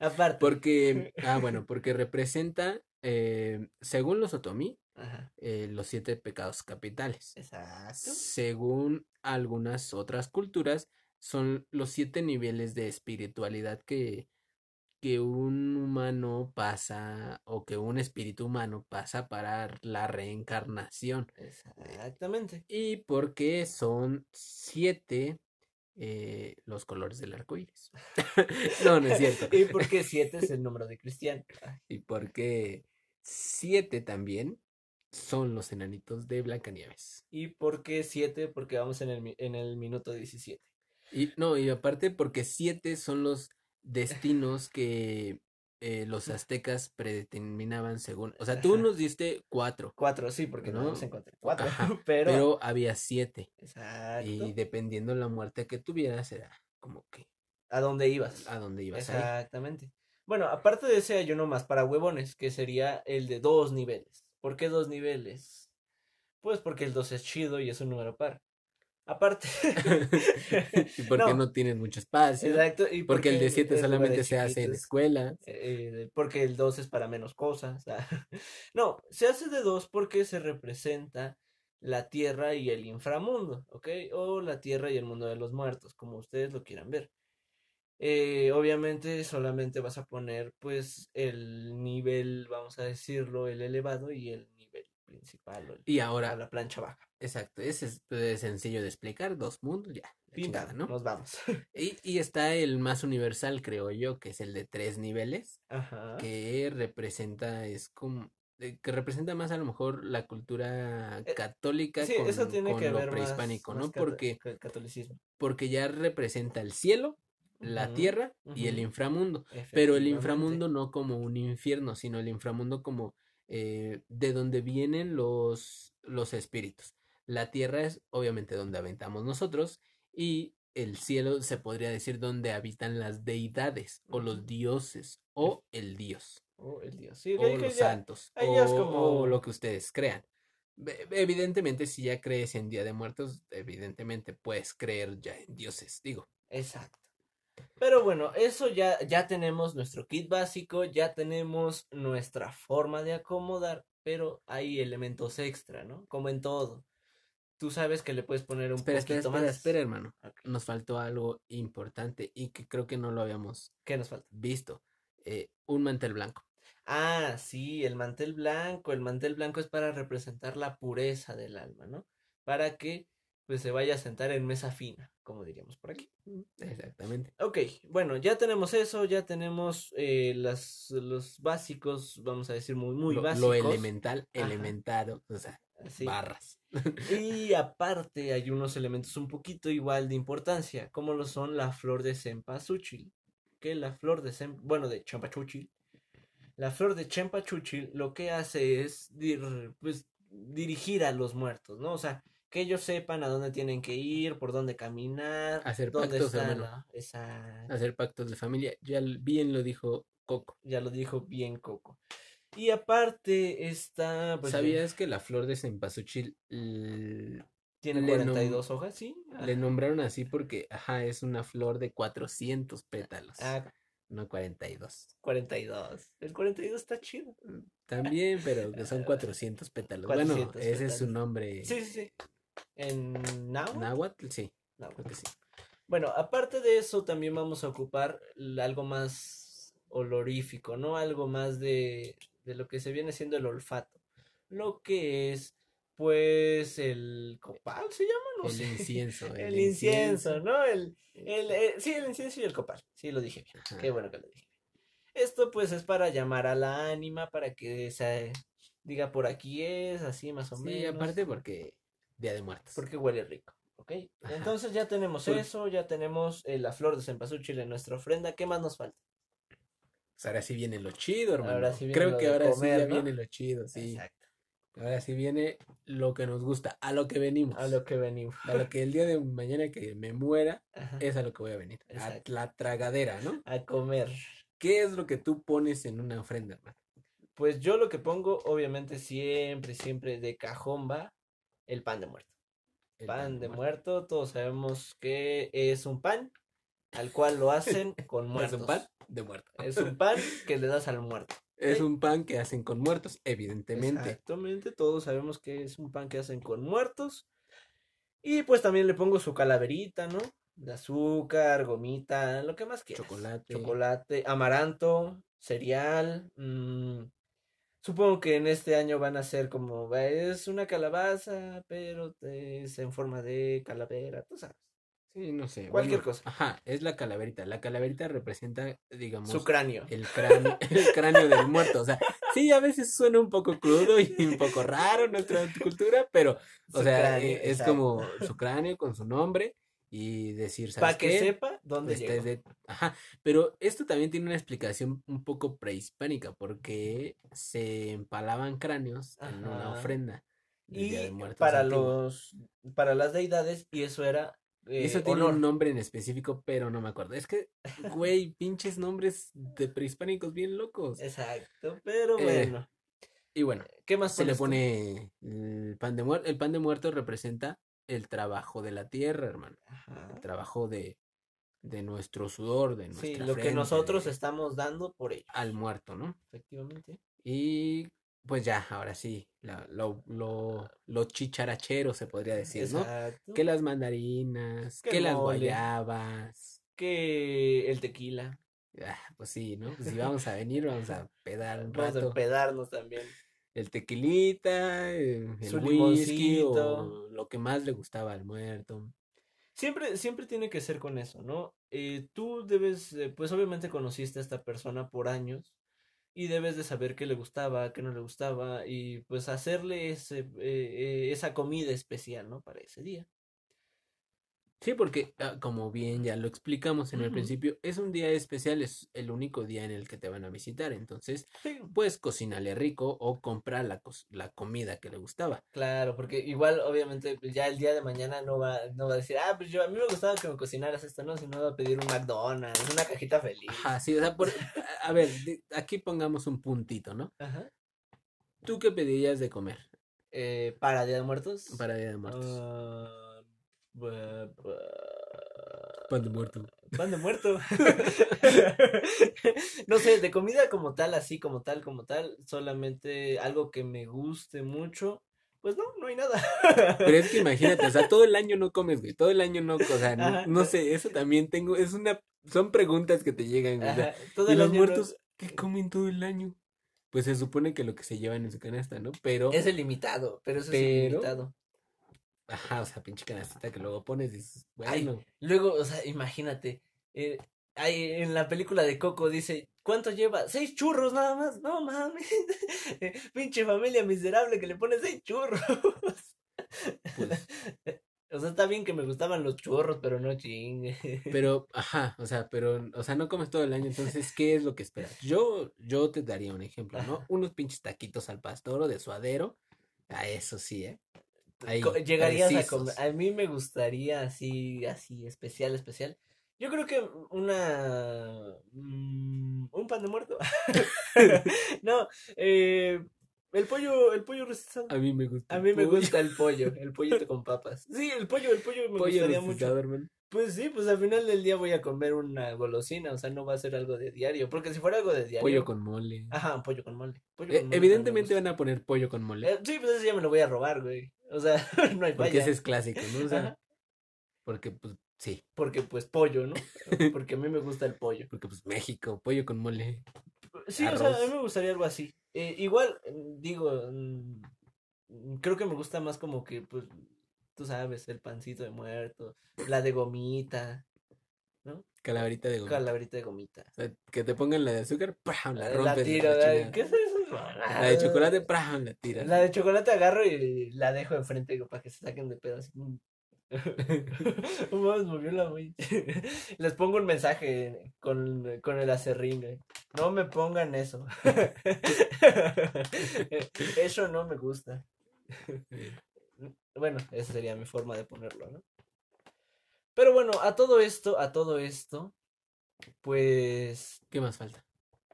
Speaker 2: Aparte.
Speaker 1: Porque, ah, bueno, porque representa, eh, según los otomí,
Speaker 2: Ajá,
Speaker 1: eh, los siete pecados capitales.
Speaker 2: exacto.
Speaker 1: Según algunas otras culturas, son los siete niveles de espiritualidad que, que un humano pasa o que un espíritu humano pasa para la reencarnación.
Speaker 2: Exactamente.
Speaker 1: Y porque son siete eh, los colores del arco iris. No, no es cierto.
Speaker 2: ¿Y por qué siete es el número de cristiano? Ay,
Speaker 1: Y porque siete también son los enanitos de Blancanieves.
Speaker 2: ¿Y por qué siete? Porque vamos en el, mi- en el minuto 17.
Speaker 1: Y no, y aparte porque siete son los destinos que eh, los aztecas predeterminaban según. O sea, tú
Speaker 2: Ajá.
Speaker 1: nos diste cuatro,
Speaker 2: Cuatro, sí, porque no nos
Speaker 1: No,
Speaker 2: encontré cuatro.
Speaker 1: Ah, ajá,
Speaker 2: Pero.
Speaker 1: pero había siete. Y
Speaker 2: Exacto.
Speaker 1: dependiendo la muerte que tuvieras, era como que
Speaker 2: ¿A dónde ibas?
Speaker 1: a dónde ibas ahí.
Speaker 2: Exactamente. Bueno, aparte de ese, hay uno más para huevones, que sería el de dos niveles. ¿Por qué dos niveles? Pues porque el dos es chido y es un número par. Aparte.
Speaker 1: Y porque
Speaker 2: No,
Speaker 1: no tienes mucho espacio.
Speaker 2: Exacto. Y
Speaker 1: Porque el de siete
Speaker 2: el lugar
Speaker 1: solamente
Speaker 2: es
Speaker 1: se hace en
Speaker 2: chiquito.
Speaker 1: escuela.
Speaker 2: eh, porque el 2 es para menos cosas. ah. No, se hace de 2 porque se representa la tierra y el inframundo, ¿ok? O la tierra y el mundo de los muertos, como ustedes lo quieran ver. Eh, obviamente solamente vas a poner pues el nivel, vamos a decirlo, el elevado y el nivel principal o, el-
Speaker 1: Y
Speaker 2: o
Speaker 1: ahora,
Speaker 2: la plancha baja.
Speaker 1: exacto, ese es eh, sencillo de explicar, dos mundos, ya, la
Speaker 2: Pim,
Speaker 1: chingada,
Speaker 2: pam,
Speaker 1: ¿no?
Speaker 2: nos vamos.
Speaker 1: Y, y está el más universal, creo yo, que es el de tres niveles,
Speaker 2: Ajá.
Speaker 1: que representa, es como, eh, que representa más a lo mejor la cultura
Speaker 2: Eh,
Speaker 1: católica
Speaker 2: Sí, eso
Speaker 1: con,
Speaker 2: tiene
Speaker 1: con
Speaker 2: que
Speaker 1: lo
Speaker 2: ver más,
Speaker 1: prehispánico,
Speaker 2: más
Speaker 1: ¿no?
Speaker 2: cata-
Speaker 1: Porque,
Speaker 2: ca- catolicismo.
Speaker 1: porque ya representa el cielo, la
Speaker 2: Ujú,
Speaker 1: tierra y el
Speaker 2: ujú,
Speaker 1: inframundo, pero el
Speaker 2: Efectivamente.
Speaker 1: inframundo no como un infierno, sino el inframundo como eh, de donde vienen los, los espíritus. La tierra es obviamente donde habitamos nosotros y el cielo se podría decir donde habitan las deidades o
Speaker 2: Ujú.
Speaker 1: los dioses o el dios
Speaker 2: Oh, el Dios. Sí,
Speaker 1: o
Speaker 2: ahí que
Speaker 1: los
Speaker 2: ya,
Speaker 1: santos
Speaker 2: ahí ya es
Speaker 1: o, o lo
Speaker 2: como.
Speaker 1: que ustedes crean. Ve- Evidentemente, si ya crees en Día de Muertos, evidentemente puedes creer ya en dioses, digo.
Speaker 2: Exacto. Pero bueno, eso ya, ya tenemos nuestro kit básico, ya tenemos nuestra forma de acomodar, pero hay elementos extra, ¿no? Como en todo. tú sabes que le puedes poner un
Speaker 1: Espera, espera,
Speaker 2: poquito
Speaker 1: espera,
Speaker 2: más.
Speaker 1: espera, hermano.
Speaker 2: Ok,
Speaker 1: Nos faltó algo importante y que creo que no lo habíamos
Speaker 2: ¿Qué nos falta?
Speaker 1: visto. Eh, un mantel blanco.
Speaker 2: Ah, sí, el mantel blanco. El mantel blanco es para representar la pureza del alma, ¿no? Para que pues se vaya a sentar en mesa fina, como diríamos por aquí.
Speaker 1: Exactamente.
Speaker 2: Ok, bueno, ya tenemos eso, ya tenemos eh, las, los básicos, vamos a decir muy, muy
Speaker 1: lo, lo
Speaker 2: básicos.
Speaker 1: elemental,
Speaker 2: Ajá.
Speaker 1: elementado, o sea,
Speaker 2: así.
Speaker 1: barras.
Speaker 2: Y aparte hay unos elementos un poquito igual de importancia, como lo son la flor de cempasúchil, que la flor de cem- bueno, de champachúchil. La flor de champachúchil lo que hace es dir- pues, dirigir a los muertos, ¿no? O sea, que ellos sepan a dónde tienen que ir, por dónde caminar,
Speaker 1: Hacer
Speaker 2: dónde
Speaker 1: pactos,
Speaker 2: está
Speaker 1: hermano.
Speaker 2: la- esa-
Speaker 1: Hacer pactos de familia. Ya l- bien lo dijo Coco.
Speaker 2: ya lo dijo bien Coco. Y aparte está pues,
Speaker 1: ¿Sabías que la flor de cempasúchil l-
Speaker 2: tiene
Speaker 1: le nom-
Speaker 2: 42 hojas, sí?
Speaker 1: le
Speaker 2: Ajá.
Speaker 1: nombraron así porque, ajá, es una flor de 400 pétalos,
Speaker 2: Ah,
Speaker 1: no 42.
Speaker 2: 42. El 42 está chido.
Speaker 1: También, pero que son 400 pétalos. bueno,
Speaker 2: 400
Speaker 1: ese es su
Speaker 2: Ah. pétalos.
Speaker 1: nombre.
Speaker 2: Sí, sí, sí. En náhuatl.
Speaker 1: Náhuatl, sí,
Speaker 2: Náhuatl.
Speaker 1: creo que sí.
Speaker 2: Bueno, aparte de eso, también vamos a ocupar l- algo más olorífico, ¿no? Algo más de, de lo que se viene siendo el olfato. Lo que es, pues, el copal, ¿se llama? No
Speaker 1: El
Speaker 2: sé.
Speaker 1: incienso.
Speaker 2: Pues El incienso, ¿no? El, el, eh, sí, el incienso y el copal. Sí, lo dije bien.
Speaker 1: Ajá.
Speaker 2: Qué bueno que lo dije. Esto pues es para llamar a la ánima, para que se diga por aquí es, así más o
Speaker 1: Sí,
Speaker 2: menos.
Speaker 1: aparte porque Día de Muertos.
Speaker 2: Porque huele rico, ¿ok?
Speaker 1: Ajá.
Speaker 2: Entonces ya tenemos
Speaker 1: Por-
Speaker 2: eso, ya tenemos eh, la flor de cempasúchil en nuestra ofrenda. ¿Qué más nos falta?
Speaker 1: Pues ahora sí viene lo chido, hermano.
Speaker 2: Ahora sí viene
Speaker 1: Creo
Speaker 2: lo
Speaker 1: que
Speaker 2: de
Speaker 1: ahora sí ya
Speaker 2: comer, ¿no?
Speaker 1: viene lo chido, sí.
Speaker 2: Exacto.
Speaker 1: Ahora sí viene lo que nos gusta, a lo que venimos.
Speaker 2: A lo que venimos.
Speaker 1: A lo que el día de mañana que me muera,
Speaker 2: Ajá.
Speaker 1: es a lo que voy a venir. A
Speaker 2: Exacto.
Speaker 1: la tragadera, ¿no?
Speaker 2: A comer.
Speaker 1: ¿Qué es lo que tú pones en una ofrenda, hermano?
Speaker 2: Pues yo lo que pongo, obviamente, siempre, siempre de cajón va el pan de muerto.
Speaker 1: El
Speaker 2: Pan de muerto, todos sabemos que es un pan al cual lo hacen con
Speaker 1: Es
Speaker 2: muertos.
Speaker 1: un pan de muerto.
Speaker 2: Es un pan que le das al muerto.
Speaker 1: Es un pan que hacen con muertos, evidentemente.
Speaker 2: Exactamente, todos sabemos que es un pan que hacen con muertos. Y pues también le pongo su calaverita, ¿no? De azúcar, gomita, lo que más quieras.
Speaker 1: Chocolate.
Speaker 2: Chocolate, amaranto, cereal. mm, supongo que en este año van a ser como, es una calabaza, pero es en forma de calavera, tú sabes.
Speaker 1: Sí, no sé.
Speaker 2: Cualquier
Speaker 1: bueno,
Speaker 2: cosa.
Speaker 1: Ajá, es la calaverita. La calaverita representa, digamos,
Speaker 2: Su cráneo.
Speaker 1: el cráneo, el cráneo del muerto. O sea, sí, a veces suena un poco crudo y un poco raro en nuestra cultura, pero, o
Speaker 2: Su
Speaker 1: sea,
Speaker 2: cráneo,
Speaker 1: eh, es
Speaker 2: exacto.
Speaker 1: como su cráneo con su nombre y decir, ¿sabes
Speaker 2: Para que
Speaker 1: qué?
Speaker 2: sepa dónde
Speaker 1: Este
Speaker 2: llegó.
Speaker 1: es de- Ajá, pero esto también tiene una explicación un poco prehispánica, porque se empalaban cráneos en una
Speaker 2: Ajá.
Speaker 1: ofrenda del Día de
Speaker 2: Y
Speaker 1: Muertos
Speaker 2: para
Speaker 1: antigua.
Speaker 2: los, para las deidades, y eso era
Speaker 1: Y eso
Speaker 2: eh,
Speaker 1: tiene
Speaker 2: honor.
Speaker 1: un nombre en específico, pero no me acuerdo. Es que, güey, pinches nombres de prehispánicos bien locos.
Speaker 2: Exacto, pero
Speaker 1: Eh,
Speaker 2: bueno.
Speaker 1: Y bueno,
Speaker 2: ¿Qué más
Speaker 1: se le
Speaker 2: pones tú?
Speaker 1: pone el pan de muerto. El pan de muerto representa el trabajo de la tierra, hermano. El
Speaker 2: Ajá.
Speaker 1: trabajo de, de nuestro sudor, de nuestra
Speaker 2: Sí, lo que
Speaker 1: frente,
Speaker 2: nosotros
Speaker 1: de-
Speaker 2: estamos dando por ello,
Speaker 1: al muerto, ¿no?
Speaker 2: efectivamente.
Speaker 1: Y pues ya, ahora sí, la- lo, lo, lo chicharachero se podría decir, ¿no?
Speaker 2: Exacto.
Speaker 1: Que las mandarinas,
Speaker 2: Que
Speaker 1: que,
Speaker 2: el
Speaker 1: las
Speaker 2: mole.
Speaker 1: guayabas.
Speaker 2: Que el tequila.
Speaker 1: Ah, pues sí, ¿no? Pues si vamos a venir, vamos a pedar un
Speaker 2: Vamos a
Speaker 1: rato.
Speaker 2: empedarnos también.
Speaker 1: El tequilita, eh, el
Speaker 2: Su
Speaker 1: whisky
Speaker 2: limoncito.
Speaker 1: o lo que más le gustaba al muerto.
Speaker 2: Siempre, siempre tiene que ser con eso, ¿no? Eh, tú debes, eh, pues obviamente conociste a esta persona por años y debes de saber qué le gustaba, qué no le gustaba y pues hacerle ese, eh, eh, esa comida especial, ¿no? Para ese día.
Speaker 1: Sí, porque ah, como bien ya lo explicamos en el
Speaker 2: Ujú.
Speaker 1: principio, es un día especial, es el único día en el que te van a visitar. Entonces,
Speaker 2: Sí,
Speaker 1: pues cocinarle rico o comprar la, cos- la comida que le gustaba.
Speaker 2: Claro, porque igual obviamente pues, ya el día de mañana no va, no va a decir, ah, pues yo a mí me gustaba que me cocinaras esto, ¿no? Sino va a pedir un McDonald's, una cajita feliz.
Speaker 1: Ajá, sí, o sea, por- a ver, de- aquí pongamos un puntito, ¿no?
Speaker 2: Ajá.
Speaker 1: ¿Tú qué pedirías de comer
Speaker 2: Eh, para Día de Muertos.
Speaker 1: para Día de Muertos?
Speaker 2: Ah, bu- bu-
Speaker 1: Pan de muerto.
Speaker 2: Pan de muerto. no sé, de comida como tal, así como tal, como tal, solamente algo que me guste mucho, pues no, no hay nada.
Speaker 1: Pero es que imagínate, o sea, todo el año no comes, güey, todo el año no, o sea, no,
Speaker 2: Ajá.
Speaker 1: no sé, eso también tengo, es una, son preguntas que te llegan, güey. o sea,
Speaker 2: Ajá, todo
Speaker 1: ¿Y
Speaker 2: el
Speaker 1: los
Speaker 2: año no-
Speaker 1: muertos qué comen todo el año? Pues se supone que lo que se llevan en su canasta, ¿no? Pero,
Speaker 2: Es ilimitado, pero eso
Speaker 1: Pero-
Speaker 2: es ilimitado.
Speaker 1: ajá, o sea, pinche canastita que luego pones y dices,
Speaker 2: Ay.
Speaker 1: bueno,
Speaker 2: Luego, o sea, imagínate, eh, ahí en la película de Coco dice, ¿cuánto lleva? Seis churros nada más, no mames. Eh, Pinche familia miserable que le pone seis churros.
Speaker 1: pues,
Speaker 2: O sea, está bien que me gustaban los churros, pero no chingue.
Speaker 1: pero, ajá, o sea, pero, o sea, no comes todo el año, entonces, ¿qué es lo que esperas? Yo, yo te daría un ejemplo, ¿no?
Speaker 2: Ajá.
Speaker 1: Unos pinches taquitos al pastor o de suadero, a eso sí, ¿eh? Ahí,
Speaker 2: co- llegarías a
Speaker 1: precisos.
Speaker 2: comer. A mí me gustaría así, así, especial, especial. Yo creo que una. mm, un pan de muerto. no, eh, el pollo, el pollo rostizado.
Speaker 1: A mí me gusta.
Speaker 2: A
Speaker 1: el
Speaker 2: mí me
Speaker 1: pollo.
Speaker 2: gusta el pollo, el pollito con papas. Sí, el pollo, el pollo me
Speaker 1: pollo
Speaker 2: gustaría
Speaker 1: rostizado,
Speaker 2: mucho.
Speaker 1: hermano.
Speaker 2: Pues sí, pues al final del día voy a comer una golosina, o sea, no va a ser algo de diario, porque si fuera algo de diario.
Speaker 1: Pollo con mole.
Speaker 2: Ajá, un pollo con mole. pollo
Speaker 1: Eh,
Speaker 2: con mole también me
Speaker 1: evidentemente
Speaker 2: gusta.
Speaker 1: van a poner pollo con mole.
Speaker 2: Eh, sí, pues ese ya me lo voy a robar, güey. O sea, no hay
Speaker 1: Porque
Speaker 2: falla.
Speaker 1: ese es clásico, ¿no? O sea,
Speaker 2: Ajá.
Speaker 1: porque pues sí,
Speaker 2: Porque pues pollo, ¿no? Porque a mí me gusta el pollo.
Speaker 1: porque pues México, pollo con mole.
Speaker 2: Sí, o sea, a mí me gustaría algo así. Eh, igual, mm, digo, mm, mm, creo que me gusta más como que, pues, tú sabes, el pancito de muerto, la de gomita,
Speaker 1: Calaverita de goma.
Speaker 2: calabrita de gomita.
Speaker 1: O sea, que te pongan la de azúcar, ¡pam! La
Speaker 2: Eh,
Speaker 1: rompes. la
Speaker 2: tiro, ay,
Speaker 1: chingada.
Speaker 2: ¿qué es eso?
Speaker 1: La de chocolate, ¡pam! La tiras.
Speaker 2: La de chocolate agarro y la dejo enfrente digo, para que se saquen de pedo. así. Mm. No mames, movió la güey. Les pongo un mensaje con, con el acerrín, güey. No me pongan eso. eso no me gusta.
Speaker 1: Eh,
Speaker 2: Bueno, esa sería mi forma de ponerlo, ¿no? Pero bueno, a todo esto, a todo esto, pues
Speaker 1: ¿Qué más falta?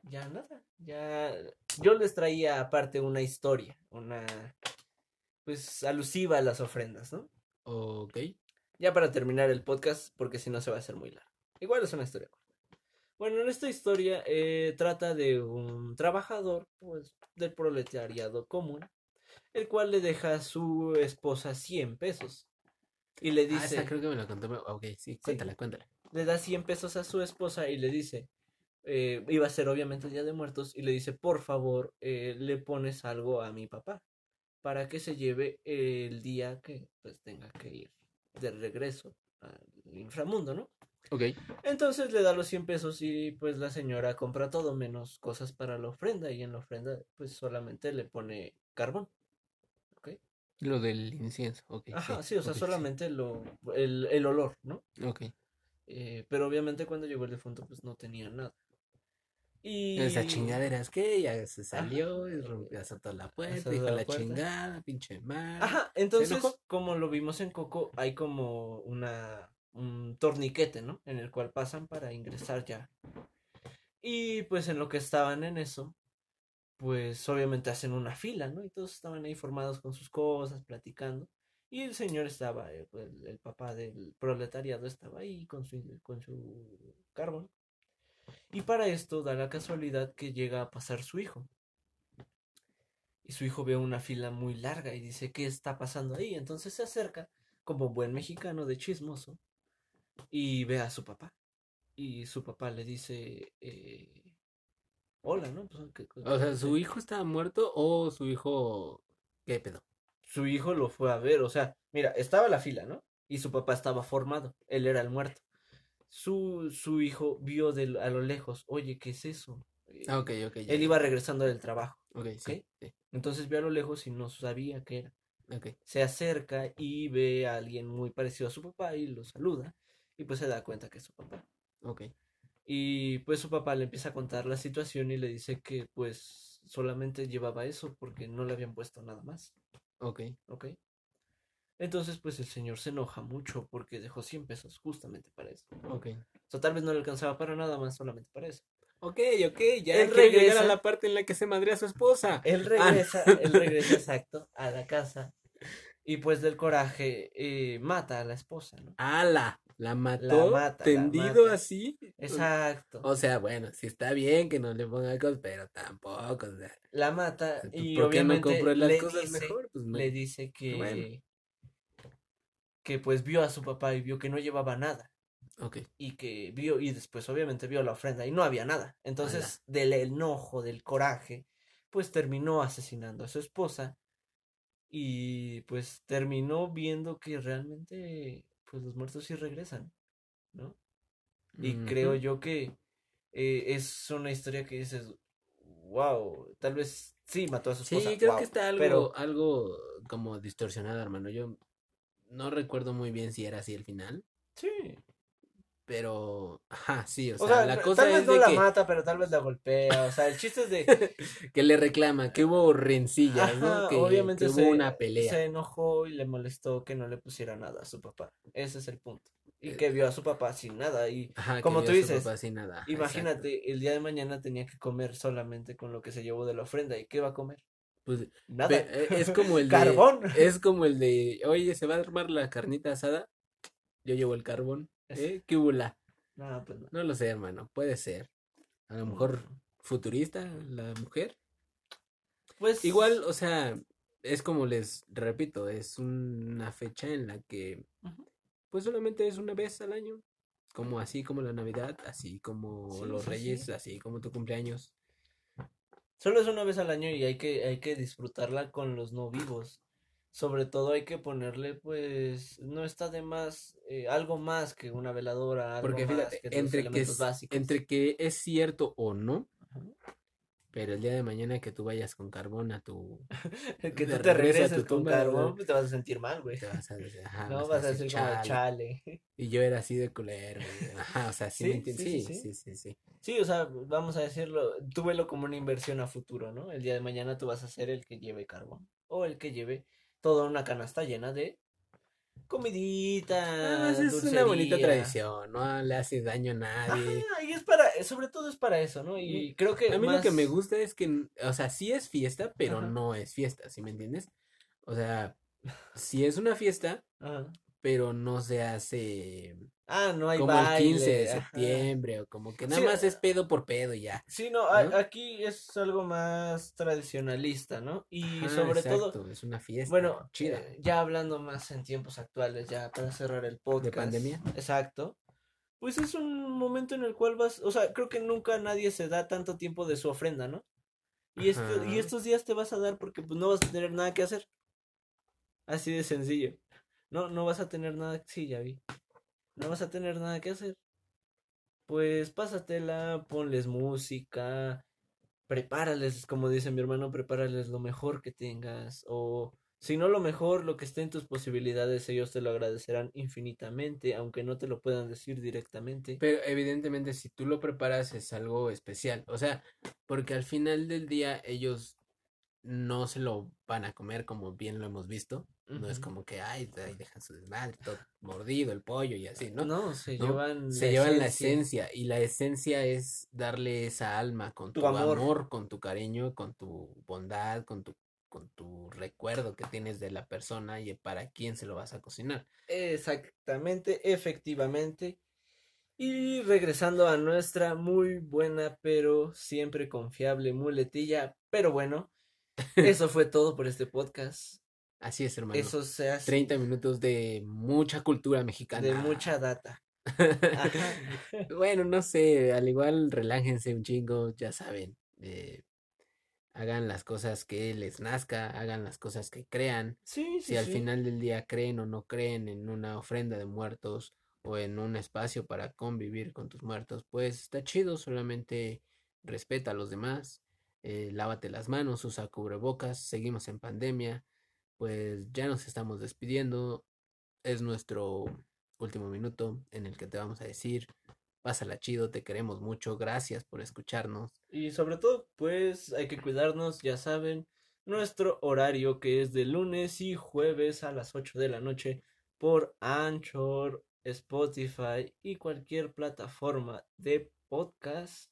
Speaker 2: ya nada, ya yo les traía aparte una historia, una pues alusiva a las ofrendas, ¿no?
Speaker 1: Ok.
Speaker 2: Ya para terminar el podcast, porque si no se va a hacer muy largo. Igual es una historia corta. Bueno, en esta historia eh, trata de un trabajador pues, del proletariado común, el cual le deja a su esposa 100 pesos. Y le
Speaker 1: Ah,
Speaker 2: dice,
Speaker 1: esa creo que me la contó. pero- Ok, sí, cuéntala, cuéntala.
Speaker 2: le da 100 pesos a su esposa y le dice, eh, iba a ser obviamente Día de Muertos, y le dice, por favor, eh, le pones algo a mi papá para que se lleve el día que pues tenga que ir de regreso al inframundo, ¿no?
Speaker 1: Ok.
Speaker 2: Entonces le da los 100 pesos y pues la señora compra todo menos cosas para la ofrenda y en la ofrenda pues solamente le pone carbón.
Speaker 1: Lo del incienso. Ok.
Speaker 2: Ajá, sí, o sea,
Speaker 1: ok,
Speaker 2: solamente lo, el, el olor, ¿no?
Speaker 1: Ok.
Speaker 2: Eh, pero obviamente cuando llegó el defunto pues no tenía nada. Y...
Speaker 1: Esas chingaderas que ya se salió y
Speaker 2: eh,
Speaker 1: rompió, azotó la
Speaker 2: azotó
Speaker 1: puerta, dijo
Speaker 2: la
Speaker 1: la
Speaker 2: puerta".
Speaker 1: chingada, pinche madre.
Speaker 2: Ajá, entonces
Speaker 1: enojó.
Speaker 2: como lo vimos en Coco hay como una un torniquete, ¿no? En el cual pasan para ingresar ya. Y pues en lo que estaban en eso, pues obviamente hacen una fila, ¿no? Y todos estaban ahí formados con sus cosas, platicando. Y el señor estaba, eh, pues, el papá del proletariado estaba ahí con su, con su carbón. Y para esto da la casualidad que llega a pasar su hijo. Y su hijo ve una fila muy larga y dice, ¿qué está pasando ahí? Entonces se acerca, como buen mexicano de chismoso, y ve a su papá. Y su papá le dice, eh, hola, ¿no? Pues, ¿qué- qué-
Speaker 1: O sea,
Speaker 2: qué-
Speaker 1: ¿su hijo estaba muerto o su hijo... ¿Qué pedo?
Speaker 2: su hijo lo fue a ver, o sea, mira, estaba la fila, ¿no? Y su papá estaba formado, él era el muerto. Su, su hijo vio de, lo- a lo lejos, oye, ¿qué es eso? Eh,
Speaker 1: Ah, ok, ok. ya,
Speaker 2: Él
Speaker 1: ya.
Speaker 2: iba regresando del trabajo,
Speaker 1: Ok, sí, sí,
Speaker 2: entonces vio a lo lejos y no sabía qué era.
Speaker 1: ok.
Speaker 2: Se acerca y ve a alguien muy parecido a su papá y lo saluda y pues se da cuenta que es su papá.
Speaker 1: Ok.
Speaker 2: Y pues su papá le empieza a contar la situación y le dice que pues solamente llevaba eso porque no le habían puesto nada más.
Speaker 1: Ok.
Speaker 2: ¿ok? Entonces, pues el señor se enoja mucho porque dejó 100 pesos justamente para eso.
Speaker 1: Ok.
Speaker 2: O sea, tal vez no le alcanzaba para nada más, solamente para eso.
Speaker 1: Ok, ok. Ya
Speaker 2: Él
Speaker 1: quiero llegar
Speaker 2: regresa.
Speaker 1: a la parte en la que se madrea a su esposa.
Speaker 2: Él regresa, él regresa exacto a la casa y pues del coraje eh, mata a la esposa, ¿no?
Speaker 1: ¡Hala! La mató
Speaker 2: mata, la
Speaker 1: tendido
Speaker 2: mata.
Speaker 1: así.
Speaker 2: Exacto.
Speaker 1: O sea, bueno, sí está bien que no le ponga cosas, pero tampoco. O sea,
Speaker 2: La mata
Speaker 1: ¿por
Speaker 2: y
Speaker 1: qué no
Speaker 2: obviamente
Speaker 1: compró las
Speaker 2: le
Speaker 1: cosas
Speaker 2: dice-
Speaker 1: mejor? Pues no.
Speaker 2: le dice que
Speaker 1: bueno.
Speaker 2: que pues vio a su papá y vio que no llevaba nada
Speaker 1: Ok.
Speaker 2: y que vio y después obviamente vio la ofrenda y no había nada. Entonces, del enojo, del coraje, pues terminó asesinando a su esposa y pues terminó viendo que realmente pues los muertos sí regresan, ¿no? Y creo
Speaker 1: Ujú.
Speaker 2: yo que eh, es una historia que dices, wow, tal vez sí mató a su
Speaker 1: Sí,
Speaker 2: esposa.
Speaker 1: creo
Speaker 2: guau",
Speaker 1: que está algo,
Speaker 2: pero
Speaker 1: algo como distorsionado, hermano. Yo no recuerdo muy bien si era así el final,
Speaker 2: sí.
Speaker 1: pero ajá, sí, o,
Speaker 2: O
Speaker 1: sea,
Speaker 2: sea,
Speaker 1: la
Speaker 2: no-
Speaker 1: cosa
Speaker 2: tal vez
Speaker 1: es
Speaker 2: no
Speaker 1: de
Speaker 2: la
Speaker 1: que,
Speaker 2: mata, pero tal vez la golpea. O sea, el chiste es de.
Speaker 1: que le reclama, que hubo rencillas, ¿no?
Speaker 2: Ajá,
Speaker 1: Que,
Speaker 2: obviamente
Speaker 1: que hubo
Speaker 2: se,
Speaker 1: una pelea.
Speaker 2: se enojó y le molestó que no le pusiera nada a su papá. Ese es el punto. Y
Speaker 1: Eh,
Speaker 2: que vio a su papá sin nada. Y
Speaker 1: Ajá, que
Speaker 2: como
Speaker 1: vio
Speaker 2: tú
Speaker 1: a su
Speaker 2: dices,
Speaker 1: papá sin nada. ajá, exacto.
Speaker 2: imagínate, el día de mañana tenía que comer solamente con lo que se llevó de la ofrenda. ¿Y qué va a comer?
Speaker 1: Pues,
Speaker 2: Nada.
Speaker 1: ve- eh, es como el de,
Speaker 2: Carbón.
Speaker 1: es como el de, oye, ¿se va a armar la carnita asada? Yo llevo el carbón.
Speaker 2: Es-
Speaker 1: ¿Eh? ¿Qué bula?
Speaker 2: No, pues no.
Speaker 1: No lo sé, hermano, puede ser. A lo mejor futurista la mujer.
Speaker 2: Pues.
Speaker 1: Igual, o sea, es como les repito, es una fecha en la que
Speaker 2: Ujú.
Speaker 1: pues solamente es una vez al año, como así como la Navidad, así como
Speaker 2: Sí,
Speaker 1: los
Speaker 2: sí,
Speaker 1: Reyes,
Speaker 2: sí.
Speaker 1: así como tu cumpleaños.
Speaker 2: Solo es una vez al año y hay que, hay que disfrutarla con los no vivos. Sobre todo hay que ponerle, pues, no está de más, eh, algo más que una veladora, algo
Speaker 1: Porque
Speaker 2: más
Speaker 1: fíjate,
Speaker 2: que los
Speaker 1: entre que,
Speaker 2: elementos
Speaker 1: es,
Speaker 2: básicos.
Speaker 1: entre que es cierto o no,
Speaker 2: Ajá.
Speaker 1: pero el día de mañana que tú vayas con carbón a tu
Speaker 2: Que
Speaker 1: de
Speaker 2: tú te
Speaker 1: regreso a
Speaker 2: regreses
Speaker 1: tu
Speaker 2: con
Speaker 1: tumba, güey.
Speaker 2: carbón, pues te vas a sentir mal, güey.
Speaker 1: te vas a decir, ajá,
Speaker 2: No
Speaker 1: vas a
Speaker 2: vas a
Speaker 1: decir,
Speaker 2: decir como de
Speaker 1: "Chale".
Speaker 2: chale.
Speaker 1: Y yo era así de culero, güey. Ajá, o sea, sí, me
Speaker 2: Sí,
Speaker 1: entiendes.
Speaker 2: sí,
Speaker 1: Sí,
Speaker 2: sí, sí.
Speaker 1: sí, sí, sí.
Speaker 2: Sí, o sea, vamos a decirlo, tú velo como una inversión a futuro, ¿no? El día de mañana tú vas a ser el que lleve carbón o el que lleve toda una canasta llena de comidita,
Speaker 1: Además, Ah, es una bonita
Speaker 2: Ah, dulcería.
Speaker 1: tradición, no le hace daño a nadie.
Speaker 2: Ajá, y es para, sobre todo es para eso, ¿no? Y creo que
Speaker 1: A mí lo que me
Speaker 2: más-
Speaker 1: gusta es que, n- o sea, sí es fiesta, pero
Speaker 2: Ajá.
Speaker 1: no es fiesta, ¿sí me entiendes? O sea, sí es una fiesta,
Speaker 2: Ajá.
Speaker 1: pero no se hace
Speaker 2: Ah, no hay
Speaker 1: como el 15 de
Speaker 2: baile, ajá.
Speaker 1: septiembre o como que nada
Speaker 2: Sí,
Speaker 1: más es pedo por pedo y ya.
Speaker 2: Sí, no, a-
Speaker 1: ¿No?
Speaker 2: aquí es algo más tradicionalista, ¿no? Y
Speaker 1: Ajá,
Speaker 2: sobre todo,
Speaker 1: exacto, es una fiesta
Speaker 2: bueno,
Speaker 1: chida.
Speaker 2: eh, ya hablando más en tiempos actuales, ya para cerrar el podcast.
Speaker 1: pandemia?
Speaker 2: Exacto. Pues es un momento en el cual vas, o sea, creo que nunca nadie se da tanto tiempo de su ofrenda, ¿no? Y, este, y
Speaker 1: Ajá.
Speaker 2: estos días te vas a dar porque pues, no vas a tener nada que hacer. Así de sencillo. No, no vas a tener nada, sí, ya vi. No vas a tener nada que hacer. Pues pásatela, ponles música, prepárales, como dice mi hermano, prepárales lo mejor que tengas. O si no lo mejor, lo que esté en tus posibilidades, ellos te lo agradecerán infinitamente, aunque no te lo puedan decir directamente.
Speaker 1: Pero evidentemente si tú lo preparas es algo especial, o sea, porque al final del día ellos no se lo van a comer como bien lo hemos visto, no es
Speaker 2: Ujú.
Speaker 1: como que, ay, ahí dejan su desmadre, todo mordido el pollo y así, ¿no?
Speaker 2: No, se
Speaker 1: ¿no?
Speaker 2: llevan
Speaker 1: Se
Speaker 2: la
Speaker 1: llevan la
Speaker 2: esencia.
Speaker 1: esencia y la esencia es darle esa alma con
Speaker 2: Tu
Speaker 1: tu,
Speaker 2: amor.
Speaker 1: amor. con tu cariño, con tu bondad, con tu, con tu recuerdo que tienes de la persona y para quién se lo vas a cocinar.
Speaker 2: Exactamente, efectivamente. Y regresando a nuestra muy buena, pero siempre confiable muletilla. Pero bueno, eso fue todo por este podcast.
Speaker 1: Así es, hermano.
Speaker 2: Eso se hace
Speaker 1: 30 minutos de mucha cultura
Speaker 2: de
Speaker 1: mexicana.
Speaker 2: mucha data. Ajá.
Speaker 1: Bueno, no sé, al igual relájense un chingo, ya saben. eh, hagan las cosas que les nazca, hagan las cosas que crean.
Speaker 2: Sí, sí,
Speaker 1: Si al
Speaker 2: sí.
Speaker 1: final del día creen o no creen en una ofrenda de muertos o en un espacio para convivir con tus muertos, pues está chido, solamente respeta a los demás, eh, lávate las manos, usa cubrebocas, seguimos en pandemia, pues ya nos estamos despidiendo, es nuestro último minuto en el que te vamos a decir, pásala chido, te queremos mucho, gracias por escucharnos.
Speaker 2: Y sobre todo, pues hay que cuidarnos, ya saben, nuestro horario que es de lunes y jueves a las 8 de la noche por Anchor, Spotify y cualquier plataforma de podcast.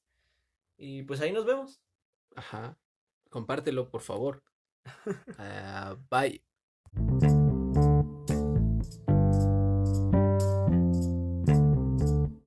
Speaker 2: Y pues ahí nos vemos.
Speaker 1: Ajá, compártelo, por favor. Ah, bye.